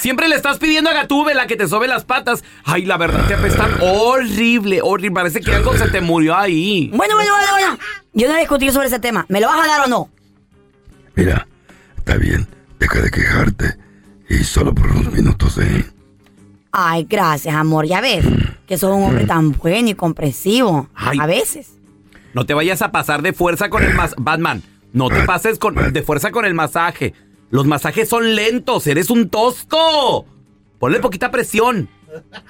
S7: Siempre le estás pidiendo a Gatúbela que te sobe las patas. Ay, la verdad te apestan horrible, horrible. Parece que algo se te murió ahí.
S9: Bueno, bueno, bueno, bueno. Yo no he discutido sobre ese tema. ¿Me lo vas a dar o no?
S18: Mira, está bien, deja de quejarte. Y solo por unos minutos, ¿eh?
S9: Ay, gracias, amor. Ya ves que sos un hombre tan bueno y comprensivo. A veces.
S7: No te vayas a pasar de fuerza con el mas Batman, no te pases con de fuerza con el masaje. Los masajes son lentos, eres un tosco. Ponle poquita presión.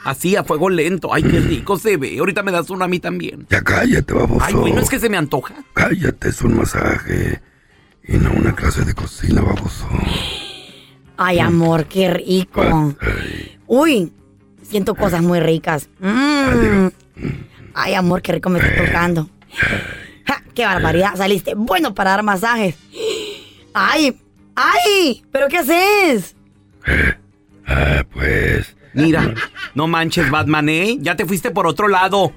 S7: Así, a fuego lento. Ay, qué rico se ve. Ahorita me das uno a mí también.
S18: Ya cállate, baboso.
S7: Ay, güey, no es que se me antoja.
S18: Cállate, es un masaje. Y no una clase de cocina, baboso.
S9: Ay, amor, qué rico. Uy, siento cosas muy ricas. Mm. Ay, amor, qué rico me está tocando. Ja, Qué barbaridad, saliste bueno para dar masajes. ¡Ay! ¡Ay! ¿Pero qué haces?
S7: Ah, pues. Mira, no manches, Batman, ¿eh? Ya te fuiste por otro lado.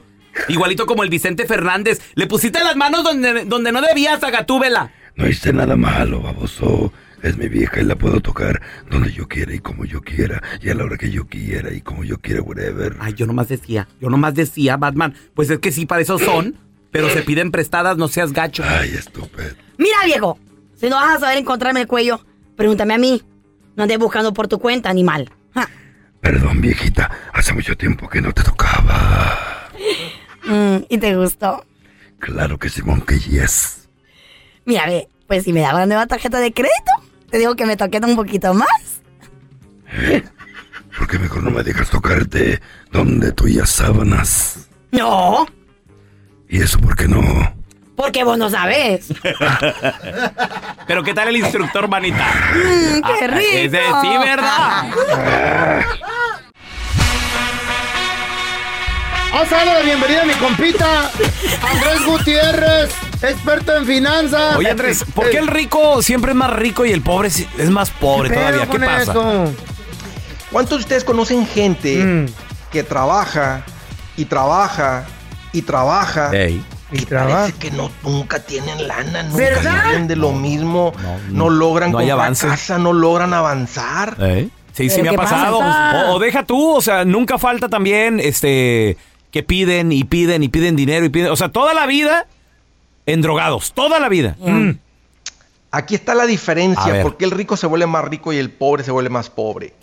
S7: Igualito como el Vicente Fernández. Le pusiste las manos donde, donde no debías a Gatúbela.
S18: No hice nada malo, baboso. Es mi vieja y la puedo tocar donde yo quiera y como yo quiera y a la hora que yo quiera y como yo quiera, whatever.
S7: Ay, yo nomás decía, yo nomás decía, Batman. Pues es que sí, para eso son. Pero se piden prestadas, no seas gacho.
S18: Ay, estúpido.
S9: Mira, viejo. Si no vas a saber encontrarme el cuello, pregúntame a mí. No andes buscando por tu cuenta, animal. Ja.
S18: Perdón, viejita. Hace mucho tiempo que no te tocaba.
S9: Mm, ¿Y te gustó?
S18: Claro que Simón, que yes.
S9: Mira, ve, pues si me daban la nueva tarjeta de crédito, te digo que me toqué un poquito más.
S18: ¿Por qué mejor no me dejas tocarte donde tuyas sábanas?
S9: No,
S18: ¿Y eso por qué no?
S9: porque vos no sabes.
S7: Pero ¿qué tal el instructor, manita?
S9: Mm, qué
S7: Ah,
S9: rico.
S7: ese sí, ¿verdad?
S5: Vamos a darle Ah, la bienvenida a mi compita, Andrés Gutiérrez, experto en finanzas.
S4: Oye, Andrés, ¿por qué el rico siempre es más rico y el pobre es es más pobre todavía? ¿Qué pasa?
S3: ¿Cuántos de ustedes conocen gente que trabaja y trabaja y trabaja?
S4: Ey.
S3: Y
S5: trabaja.
S3: Parece que no, nunca tienen lana, nunca
S5: ¿Verdad?
S3: viven de lo mismo, no, logran
S4: no hay
S3: comprar
S4: avance.
S3: casa, no logran avanzar.
S4: ¿Eh? Sí, sí
S3: Pero
S4: me ha
S3: ¿qué
S4: pasado.
S3: pasa?
S4: O, o deja tú, o sea, nunca falta también, este, que piden y piden y piden dinero y piden, o sea, toda la vida en drogados, toda la vida. Mm.
S3: Aquí está la
S4: A
S3: diferencia,
S4: ver.
S3: porque el rico se vuelve más rico y el pobre se vuelve más pobre.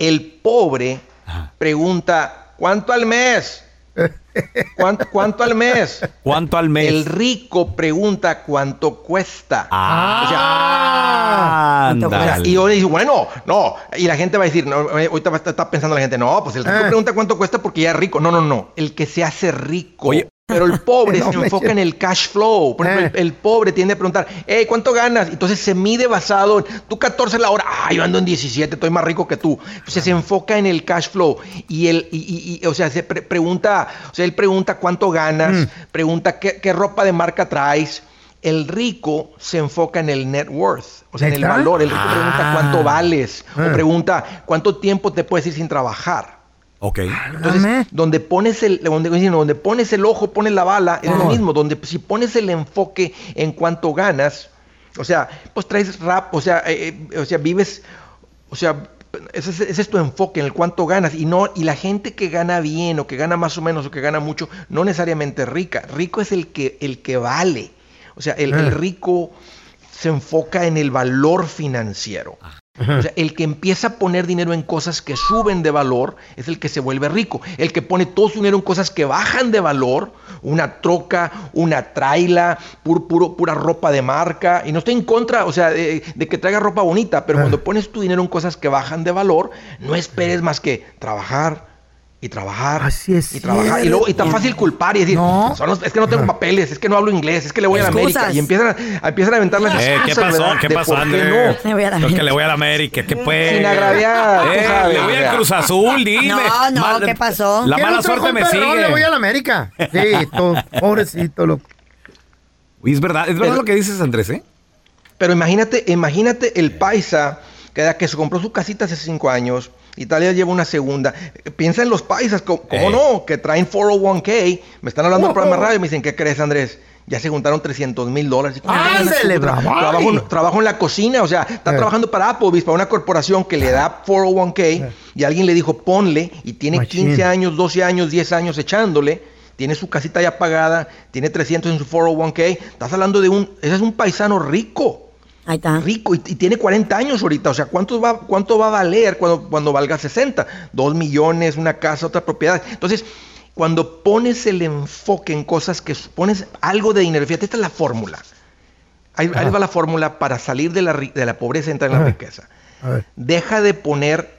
S3: El pobre pregunta, ¿cuánto al mes? ¿Cuánto, cuánto al mes?
S4: ¿Cuánto al mes?
S3: El rico pregunta cuánto cuesta.
S4: Ah,
S3: O sea,
S4: ándale.
S3: o sea, y ahora dice, bueno, no. Y la gente va a decir, no, eh, ahorita va a estar- está pensando la gente, no, pues el rico
S4: Eh.
S3: pregunta cuánto cuesta porque ya es rico. No, no, no. El que se hace rico. Pero el pobre
S4: No
S3: se
S4: me
S3: enfoca en
S4: quiero.
S3: el cash flow. Por ejemplo, el, el pobre tiende a preguntar, hey, ¿cuánto ganas? Entonces se mide basado en, tú 14 la hora, ah, yo ando en 17, estoy más rico que tú. O sea, se enfoca en el cash flow. Y él, y, y- y, o sea, se pre- pregunta, o sea, él pregunta cuánto ganas, pregunta qué, qué ropa de marca traes. El rico se enfoca en el net worth, o sea, en el
S10: ¿Neta?
S3: valor. El rico pregunta
S10: Ah.
S3: cuánto vales,
S10: Ah.
S3: o pregunta cuánto tiempo te puedes ir sin trabajar.
S4: Ok.
S3: Entonces, donde pones el, donde, diciendo, donde pones el ojo, pones la bala, es lo mismo. Donde si pones el enfoque en cuánto ganas, o sea, pues traes rap, o sea, eh, eh, o sea, vives, o sea, ese, es- ese es tu enfoque en el cuánto ganas. Y no, y la gente que gana bien, o que gana más o menos, o que gana mucho, no necesariamente es rica. Rico es el que, el que vale. O sea, el, el
S10: Eh.
S3: rico se enfoca en el valor financiero. O sea, el que empieza a poner dinero en cosas que suben de valor es el que se vuelve rico. El que pone todo su dinero en cosas que bajan de valor, una troca, una traila, pur- puro, pura ropa de marca. Y no estoy en contra, o sea, de, de que traiga ropa bonita, pero
S4: Ah.
S3: cuando pones tu dinero en cosas que bajan de valor, no esperes más que trabajar. Y trabajar. y trabajar. Y luego, y tan fácil culpar y decir, "Pues "Son los- es que no tengo papeles, es que no hablo inglés, es que le voy a la
S4: Excusas.
S3: América. Y empiezan a, empiezan a aventar las
S4: Eh,
S5: Ah,
S4: ¿Qué
S3: excusas,
S4: pasó?
S3: ¿verdad?
S4: ¿Qué
S3: De
S4: pasó,
S3: por qué
S4: Andrés?
S3: no.
S4: Yo que le voy a la América, ¿qué puede?
S3: Sin agraviar, tú
S4: Eh,
S3: sabes,
S4: le voy
S3: o
S4: al
S3: sea.
S4: Cruz Azul, dime.
S9: No, no,
S4: Mal-
S9: ¿qué pasó?
S4: La
S9: ¿Qué
S4: mala
S9: no trajo
S4: suerte
S9: un
S4: me
S9: perrón?
S4: sigue.
S5: Le voy a la América. Sí, tú, pobrecito, loco.
S4: Uy, es verdad, es verdad
S3: Pero-
S4: lo que dices, Andrés, ¿eh?
S3: Pero imagínate, imagínate el paisa que, da- que se compró su casita hace cinco años. Italia lleva una segunda. Eh, Piensa en los paisas, co-
S4: Eh.
S3: ¿cómo, no? Que traen 401k. Me están hablando del programa de radio y me dicen, ¿qué crees, Andrés? Ya se juntaron 300 mil dólares. ¿Cómo ganas tú?
S5: Ándale,
S3: Tra-
S5: bravo.
S3: Ah, trabajo, en- trabajo en la cocina, o sea, está
S5: Eh.
S3: trabajando para Applebee's, para una corporación que le da 401k y alguien le dijo, ponle, y tiene
S5: Eh. Machín.
S3: 15 años, 12 años, 10 años echándole, tiene su casita ya pagada, tiene 300 en su 401k, estás hablando de un, ese es un paisano rico.
S9: Ahí está.
S3: Rico, y, y tiene 40 años ahorita, o sea, ¿cuánto va, cuánto va a valer cuando, cuando valga 60? Dos millones, una casa, otra propiedad. Entonces, cuando pones el enfoque en cosas que pones algo de dinero, fíjate, esta es la fórmula. Ahí, ahí va la fórmula para salir de la, ri- de la pobreza y entrar en la riqueza. Deja de poner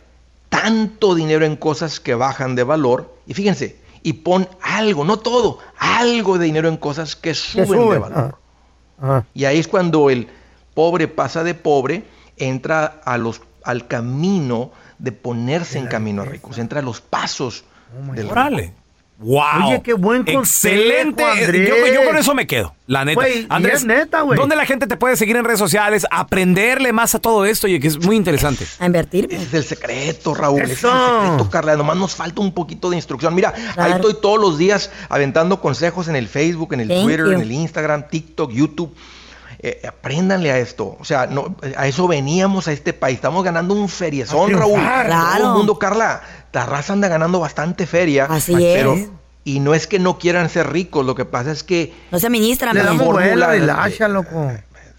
S3: tanto dinero en cosas que bajan de valor. Y fíjense, y pon algo, no todo, algo de dinero en cosas que suben, Ah. de
S5: suben,
S3: valor. Y ahí es cuando el pobre pasa de pobre, entra a los, al camino de ponerse en camino a ricos, entra a los pasos del rico.
S4: Órale. ¡Wow!
S5: Oh Oye, qué buen consejo,
S4: Excelente. Eh,
S5: Andrés.
S4: Yo, yo con eso me quedo, la neta.
S5: Güey, y es neta, güey.
S4: ¿Dónde la gente te puede seguir en redes sociales? Aprenderle más a todo esto, oye, que es muy interesante.
S9: A invertir.
S3: Es el secreto, Raúl. ese Es
S4: Eso.
S3: el secreto, Carla. Nomás nos falta un poquito de instrucción. Mira, ahí estoy todos los días aventando consejos en el Facebook, en el
S9: Thank
S3: Twitter,
S9: you.
S3: en el Instagram, TikTok, YouTube. Eh, apréndanle a esto. O sea, no, eh, a eso veníamos a este país. Estamos ganando un feriezón,
S9: A
S3: Raúl.
S9: triunfar.
S3: Todo
S9: Claro.
S3: el mundo, Carla. La raza anda ganando bastante feria.
S9: Así
S3: pero-
S9: es.
S3: Y no es que no quieran ser ricos. Lo que pasa es que
S9: No se administran. pues.
S3: Le
S9: man.
S3: damos vuela,
S5: Relaxa, loco.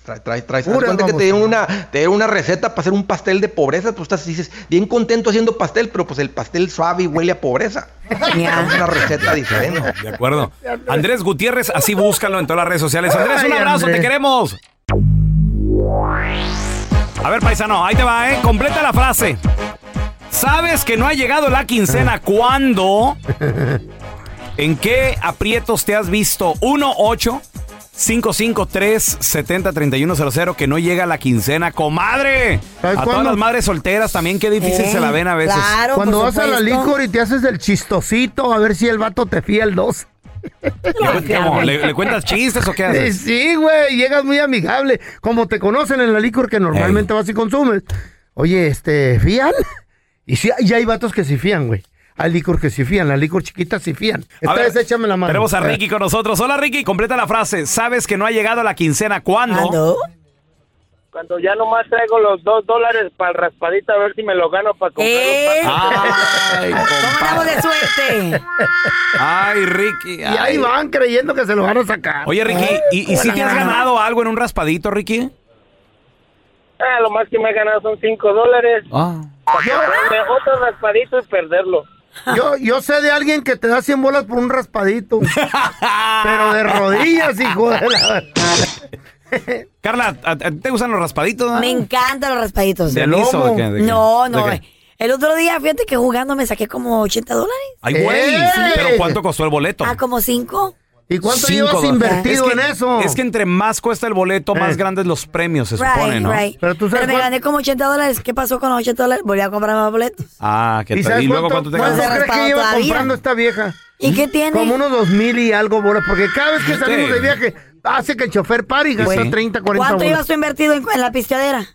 S3: Trae, trae, trae. Haz
S9: Pura
S3: cuenta que te dieron, una, te dieron una receta para hacer un pastel de pobreza. Tú estás, dices, bien contento haciendo pastel, pero pues el pastel suave y huele a pobreza. Es una receta diferente.
S4: De acuerdo. Andrés Gutiérrez, así búscalo en todas las redes sociales. Andrés, un
S3: Ay,
S4: abrazo,
S3: Andrés.
S4: te queremos. A ver, paisano, ahí te va, ¿eh? Completa la frase. ¿Sabes que no ha llegado la quincena cuando? ¿En qué aprietos te has visto? 1-8. 553-703100 que no llega la quincena, comadre. A todas
S5: cuándo?
S4: las madres solteras también, qué difícil
S5: Eh,
S4: se la ven a veces.
S5: Cuando vas a la licor y te haces el chistosito, a ver si el vato te fía el 2.
S4: ¿Le, cómo? ¿Le- le cuentas chistes o
S5: Sí,
S4: qué haces?
S5: sí, güey, llegas muy amigable. Como te conocen en la licor que normalmente vas y consumes. Oye, este, ¿fían? Y sí, ya hay vatos que sí fían, güey. Hay licor que sí fían, la licor chiquita sí fían. Esta
S4: ver,
S5: vez échame la mano.
S4: Tenemos a Ricky con nosotros. Hola Ricky, completa la frase. ¿Sabes que no ha llegado la quincena cuándo?
S10: Cuando ya nomás traigo los dos dólares para el raspadito a ver si me lo gano para comprar
S22: Eh.
S10: los
S4: ¡Ay,
S9: compadre. de suerte!
S4: Ay, Ricky.
S5: Y ahí van creyendo que se lo van a sacar.
S4: Oye, Ricky, ¿y, y si te has ganado algo en un raspadito, Ricky?
S10: Ah, lo más que me he ganado son cinco dólares.
S4: Ah.
S10: Para comprarme otro raspadito y perderlo.
S5: Yo, yo sé de alguien que te da 100 bolas por un raspadito. pero de rodillas, hijo de la...
S4: Carla, ¿a- a ti ¿te gustan los raspaditos? no?
S9: Me encantan los raspaditos.
S4: ¿De ¿De liso lomo? de qué? ¿De qué?
S9: No, no. eh.
S4: ¿De qué?
S9: El otro día, fíjate que jugando me saqué como 80 dólares.
S4: Ay, güey.
S9: ¡Eh!
S4: ¿Pero cuánto costó el boleto?
S9: Ah, como 5.
S5: ¿Y
S4: Cinco dólares. Es que- Es que entre más cuesta el boleto, más
S5: Eh.
S4: grandes los premios, se
S9: Right,
S4: supone, ¿no?
S9: right. Pero, me gané como 80 dólares. ¿Qué pasó con los 80 dólares? Volví a comprar más boletos.
S4: Ah, ¿qué
S5: ¿Y
S4: tal?
S5: sabes
S4: ¿Y luego cuánto te
S5: ¿Cuánto
S4: ganas?
S5: crees que lleva
S9: Todavía.
S5: comprando esta vieja? Mm.
S9: ¿Y qué tiene?
S5: Como unos dos mil y algo bolas, porque cada vez que
S4: Sí.
S5: salimos de viaje hace que el chofer pare y
S4: Pues
S5: gasta
S9: Güey,
S5: 30, 40
S9: ¿Cuánto
S5: bolas.
S9: ibas tú invertido en, en la pisteadera?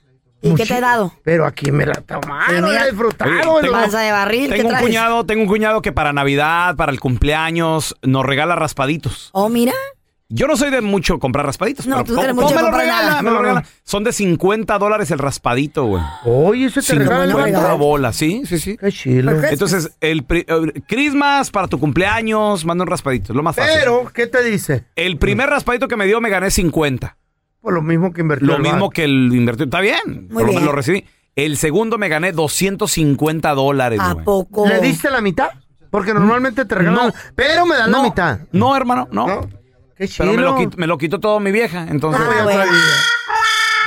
S9: ¿Y qué te he dado?
S5: Pero aquí me la tomaron,
S9: Sí, mira.
S5: la disfrutaron.
S4: Oye, tengo-
S9: Panza de barril, ¿qué
S4: Tengo un
S9: traes?
S4: cuñado, tengo un cuñado que para Navidad, para el cumpleaños, nos regala raspaditos.
S9: Oh, mira.
S4: Yo no soy de mucho comprar raspaditos.
S9: No,
S4: pero
S9: tú
S4: po-
S9: eres mucho de
S4: po- me lo
S9: comprar
S4: regala,
S9: nada.
S4: me lo
S9: No, no.
S4: regala. Son de 50 dólares el raspadito, güey.
S5: Oye, eso te regala el
S4: 50
S5: vato.
S4: bolas, sí, sí, sí.
S5: Qué chilo.
S4: Entonces, el pri- eh, Christmas para tu cumpleaños, manda un raspadito, es lo más fácil.
S5: Pero, ¿qué te dice?
S4: el primer raspadito que me dio me gané 50.
S5: Por lo mismo que invertió.
S4: Lo
S5: el
S4: mismo
S5: vato.
S4: que el invertido. Está bien, por lo
S5: bien.
S4: menos lo recibí. El segundo me gané 250 dólares,
S9: Ah,
S4: güey.
S9: poco?
S5: ¿Le diste la mitad? Porque normalmente te regalan, pero me dan
S4: No.
S5: la mitad.
S4: No, hermano, no.
S5: Qué
S4: Pero
S5: chilo.
S4: me lo, quitó, me lo quitó todo mi vieja, entonces...
S5: Ah, güey.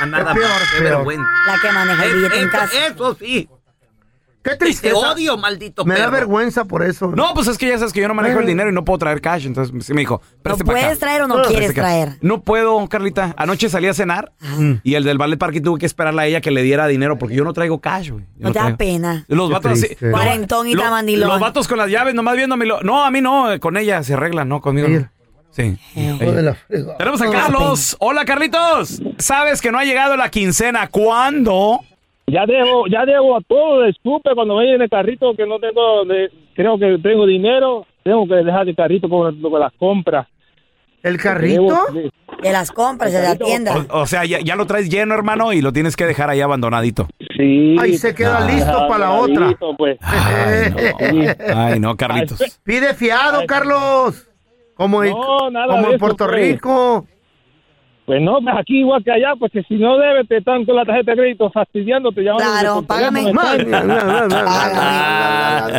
S4: A nada
S5: Qué peor,
S4: más, qué
S5: peor.
S4: vergüenza.
S9: La que maneja el billete en casa.
S7: Eso sí.
S5: Qué tristeza.
S7: odio, maldito
S5: Me da
S7: perro.
S5: vergüenza por eso.
S4: No, pues es que ya sabes que yo no manejo el dinero y no puedo traer cash. Entonces sí me dijo, "Preste pa' acá".
S9: puedes traer o no
S4: Preste
S9: quieres
S4: acá.
S9: traer? Ah.
S4: No puedo, Carlita. Anoche salí a cenar y el del ballet parque tuve que esperarle a ella que le diera dinero porque yo no traigo cash, güey. Yo
S9: No te da
S4: traigo.
S9: pena.
S4: Los
S9: Qué
S4: vatos así.
S9: triste. Cuarentón y
S4: lo-
S9: tamandilón.
S4: Los vatos con las llaves nomás viéndome. lo- No, a mí no, eh, con ella se arreglan, no, conmigo. no. Sí.
S5: Hijo de la
S4: Ella. Tenemos a Carlos. Hola, Carlitos. Sabes que no ha llegado la quincena. ¿Cuándo?
S22: Ya debo, ya debo a todo, disculpe cuando vaya en el carrito que no tengo, de- creo que tengo dinero, tengo que dejar el carrito con, con las compras.
S5: ¿El
S9: ¿Carrito? De las compras, de la tienda.
S4: O, o sea, ya, ya lo traes lleno, hermano, y lo tienes que dejar ahí abandonadito.
S22: Sí.
S5: Ahí se queda
S4: Ah.
S5: listo para la otra.
S4: Ay, no. Ay, no, Carlitos.
S5: Pide fiado, Carlos. Como, en-
S22: No, nada
S5: como
S22: de
S5: en
S22: eso,
S5: Puerto
S22: pues.
S5: Rico.
S22: Pues no, pues aquí igual que allá, pues que si no debes te están con la tarjeta de crédito fastidiándote.
S9: Claro, págame. Ah,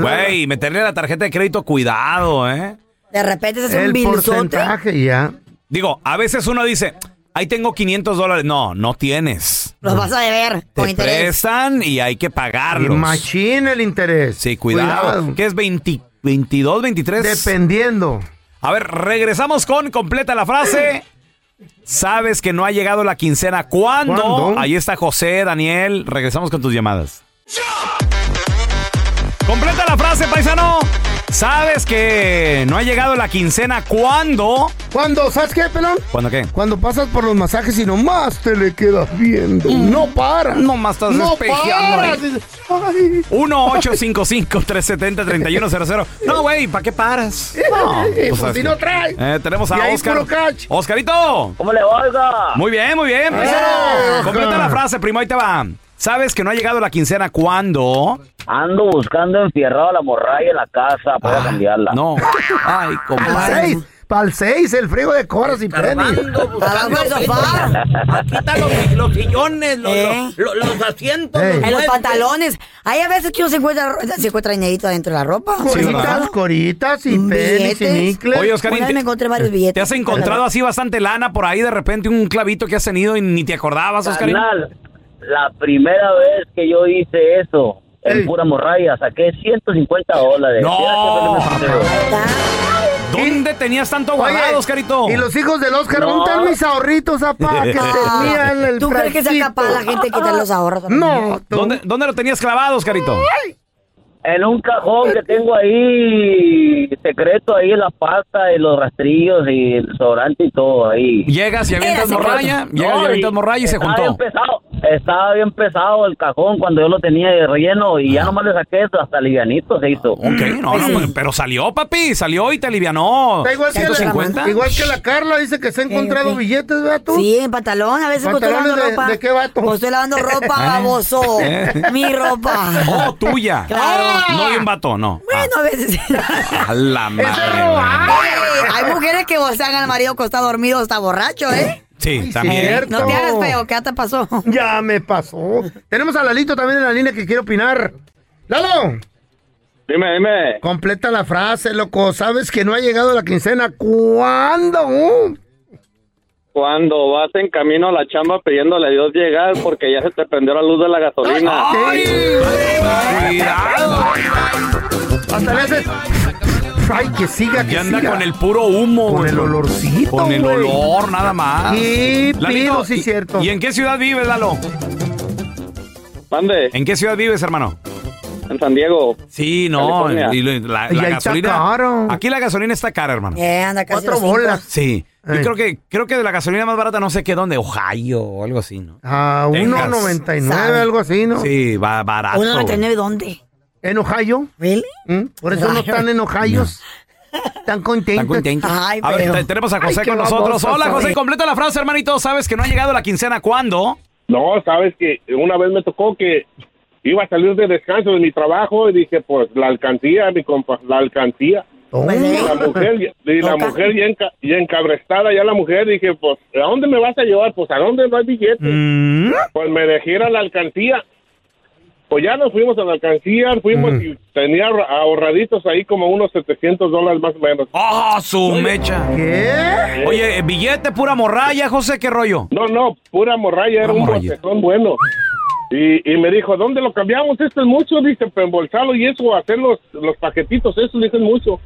S4: Güey, meterle la tarjeta de crédito, cuidado, ¿eh?
S9: De repente se hace un bilzote.
S5: ya.
S4: Digo, a veces uno dice, ahí tengo 500 dólares. No, no tienes.
S9: Los vas a deber con
S4: Te
S9: interés.
S4: prestan y hay que pagarlos.
S5: Y machín el interés.
S4: Sí, cuidado. ¿Qué es 20, 22, 23?
S5: Dependiendo.
S4: A ver, regresamos con completa la frase. Sabes que no ha llegado la quincena. ¿Cuándo?
S5: ¿Cuándo?
S4: Ahí está José, Daniel. Regresamos con tus llamadas. Completa la frase, paisano. Sabes que no ha llegado la quincena cuando.
S5: Cuando, ¿sabes qué, pelón?
S4: ¿Cuándo qué?
S5: Cuando pasas por los masajes y nomás te le quedas viendo. No para.
S4: Nomás Mm. estás
S5: no
S4: espejeando ahí.
S5: paras. Dices, "Ay".
S4: 1-855-370-3100. No, güey, ¿para qué paras? No,
S5: Eh, pues,
S4: sabes
S5: si
S4: que-
S5: no trae.
S4: Eh, tenemos
S5: Y
S4: a
S5: ahí
S4: Oscar.
S5: puro catch.
S4: Oscarito.
S1: ¿Cómo le oiga?
S4: Muy bien, muy bien, paisano.
S1: Eh,
S4: Completa
S1: Oscar.
S4: la frase, primo, ahí te va. Sabes que no ha llegado la quincena cuando.
S1: Ando buscando enfierrado la morralla en la casa para cambiarla.
S4: Ah, No. Ay,
S5: Para el 6. Para el 6, el friego de coras y penes.
S1: Abajo del
S9: sofá.
S7: Quita los, los sillones, los, los- los- los asientos. los
S9: Eh. En los
S7: muebles.
S9: pantalones. Hay a veces que uno se encuentra, se encuentra dinerito dentro de la ropa.
S5: Coritas, coritas y penes y
S9: Billetes.
S5: nicles.
S4: Oye, Oscarín,
S9: Una vez
S4: te-
S9: me encontré varios billetes.
S4: ¿Te has encontrado así bastante lana por ahí de repente un clavito que has tenido y ni te acordabas, Oscarín?
S1: Carnal, la primera vez que yo hice eso, en pura morralla, saqué 150 dólares.
S4: ¡No! ¿Dónde tenías tanto guardado, Oscarito?
S5: Y los hijos del Oscar, ¿dónde están mis ahorritos, apá? Que tenía en el
S9: ¿Tú crees que sea
S5: frasquito?
S9: capaz la gente de quitar los ahorros?
S5: No,
S4: ¿Dónde, dónde lo tenías clavado, Oscarito?
S1: En un cajón que tengo ahí, secreto ahí, la pasta y los rastrillos y el sobrante y todo ahí.
S4: Llegas y avientas morralla, llegas y avientas morralla y se
S1: estaba
S4: juntó.
S1: Bien pesado, estaba bien pesado el cajón cuando yo lo tenía de relleno y ya
S7: Ah.
S1: nomás le saqué eso, hasta livianito se hizo.
S4: Ok, no, no, pues, pero salió, papi, salió y te alivianó.
S5: Está igual, que
S4: 150.
S5: la, igual que la Carla dice que se ha encontrado
S9: Eh, ok.
S5: billetes, ¿verdad tú?
S9: Sí, en pantalón, a veces cuando estoy
S5: ¿Pantalones
S9: lavando
S5: de-
S9: ropa.
S5: de qué vato?
S9: Cuando estoy lavando ropa,
S4: ¿Eh?
S9: baboso.
S4: ¿Eh?
S9: Mi ropa.
S4: Oh, tuya.
S9: Claro.
S4: No hay un vato, no.
S9: Bueno, a veces.
S4: A la madre.
S9: Ey, hay mujeres que vocean al marido cuando está dormido o está borracho, ¿eh?
S4: Sí, también.
S5: cierto.
S9: No te hagas feo, ¿qué te pasó?
S5: Ya me pasó. Tenemos a Lalito también en la línea que quiere opinar. ¡Lalo!
S15: Dime, dime.
S5: Completa la frase, loco. ¿Sabes que no ha llegado la quincena? ¿Cuándo?
S15: Cuando vas en camino a la chamba pidiéndole a Dios llegar porque ya se te prendió la luz de la gasolina.
S5: Hasta le haces- Ay, que siga, que
S4: Ya anda
S5: siga.
S4: con el puro humo.
S5: Con
S4: güey.
S5: el olorcito,
S4: Con el
S5: güey.
S4: olor, nada más.
S5: Sí, pido, sí,
S4: ¿y-
S5: cierto.
S4: ¿Y en qué ciudad vives, Lalo?
S15: Mande.
S4: ¿En qué ciudad vives, hermano?
S15: En San Diego.
S4: Sí, no.
S15: California.
S4: y lo- la,
S15: Y
S4: la
S15: ahí está
S4: gasolina.
S15: caro.
S4: Aquí la gasolina está cara, hermano.
S9: Eh, anda casi
S5: Cuatro
S9: los cinco.
S5: bolas.
S4: Sí. Yo creo que, creo que de la gasolina más barata, no sé qué, dónde, Ohio o algo así, ¿no?
S5: A
S4: Texas.
S5: 1.99, algo así, ¿no?
S4: Sí, va barato.
S9: ¿Uno no
S4: güey.
S9: tiene dónde?
S5: ¿En Ohio?
S9: ¿Really?
S5: ¿Mm? Por eso no están en Ohio. Están contentos.
S4: Están contentos.
S9: Ay,
S4: a ver,
S9: pero-
S4: te- tenemos a José
S5: Ay, qué
S4: con nosotros.
S5: baboso
S4: Hola,
S5: soy.
S4: José, completa la frase, hermanito. Sabes que no ha llegado la quincena cuándo.
S2: No, sabes que una vez me tocó que iba a salir de descanso de mi trabajo y dije, pues la alcancía, mi compa, la alcancía. Y la mujer, ya- y la mujer ya, enca- ya encabrestada, ya la mujer, dije, pues, ¿a dónde me vas a llevar? Pues, ¿a dónde no hay billete?
S4: Mm.
S2: Pues me dejé ir a la alcancía. Pues ya nos fuimos a la alcancía, fuimos
S4: Mm.
S2: y tenía ahor- ahorraditos ahí como unos 700 dólares más o menos.
S4: ¡Oh, su mecha!
S5: ¿Qué?
S4: Oye, eh, billete pura morralla, José, ¿qué rollo?
S2: ¿Eh? No, no, pura morralla, era un botezón bueno. Y, y me dijo, ¿dónde lo cambiamos? Esto es mucho, dice, para embolsarlo y eso, hacer los, los paquetitos, eso, dicen mucho.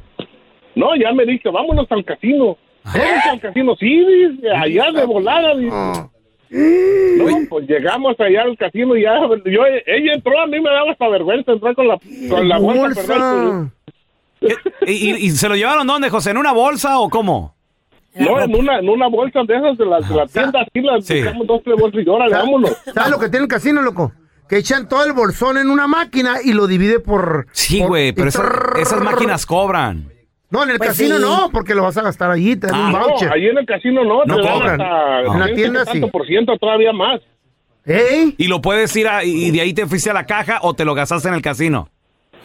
S2: No, ya me dice, vámonos al casino.
S4: Ah.
S2: Vámonos al casino, sí, dice, allá de volada, dice. No, pues llegamos allá al casino y ya, yo, ella entró, a mí me daba hasta vergüenza entrar con la, con la bolsa, ¿verdad?
S4: ¿Y, y, y se lo llevaron dónde, José? ¿En una bolsa o cómo?
S2: No, en una, en una bolsa de esas de la, de la
S4: Ah,
S2: tienda, así las buscamos dos, tres bolsas y órale,
S5: ¿Sabes-
S2: vámonos.
S5: ¿Sabes lo que tiene el casino, loco? Que echan todo el bolsón en una máquina y lo divide por...
S4: Sí,
S5: por-
S4: güey, pero
S5: y
S4: esas,
S5: trrr.
S4: esas máquinas cobran.
S5: No, en el
S2: Pues
S5: casino
S2: sí.
S5: no, porque lo vas a gastar allí, te dan
S2: Ah,
S5: un
S2: no,
S5: voucher.
S2: ahí en el casino no,
S4: No
S2: te dan
S4: cobran.
S2: hasta
S4: Ah. En la
S2: 30 y
S4: tienda
S2: tanto
S4: sí.
S2: por ciento todavía más.
S4: Y lo puedes ir a, y de ahí te fuiste a la caja o te lo gastaste en el casino.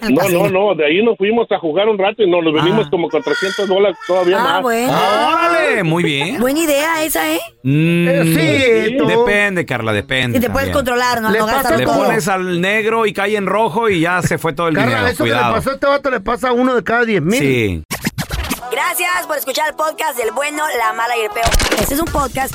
S2: No, no, no, de ahí nos fuimos a jugar un rato y nos los venimos como con 300 dólares todavía
S9: Ah,
S2: más.
S9: bueno.
S4: ¡Órale! Muy bien.
S9: Buena idea esa, ¿eh?
S4: Mm,
S9: sí, tú.
S4: depende, Carla, depende.
S9: Y te puedes
S4: también.
S9: controlar, no,
S5: Le
S9: no
S5: pasa
S9: gastar
S4: Le
S9: todo.
S4: pones al negro y cae en rojo y ya se fue todo el
S5: Carla,
S4: dinero.
S5: eso que le
S4: Cuidado.
S5: pasó a este vato le pasa a uno de cada diez mil.
S4: Sí.
S9: Gracias por escuchar el podcast del bueno, la mala y el peor. Este es un podcast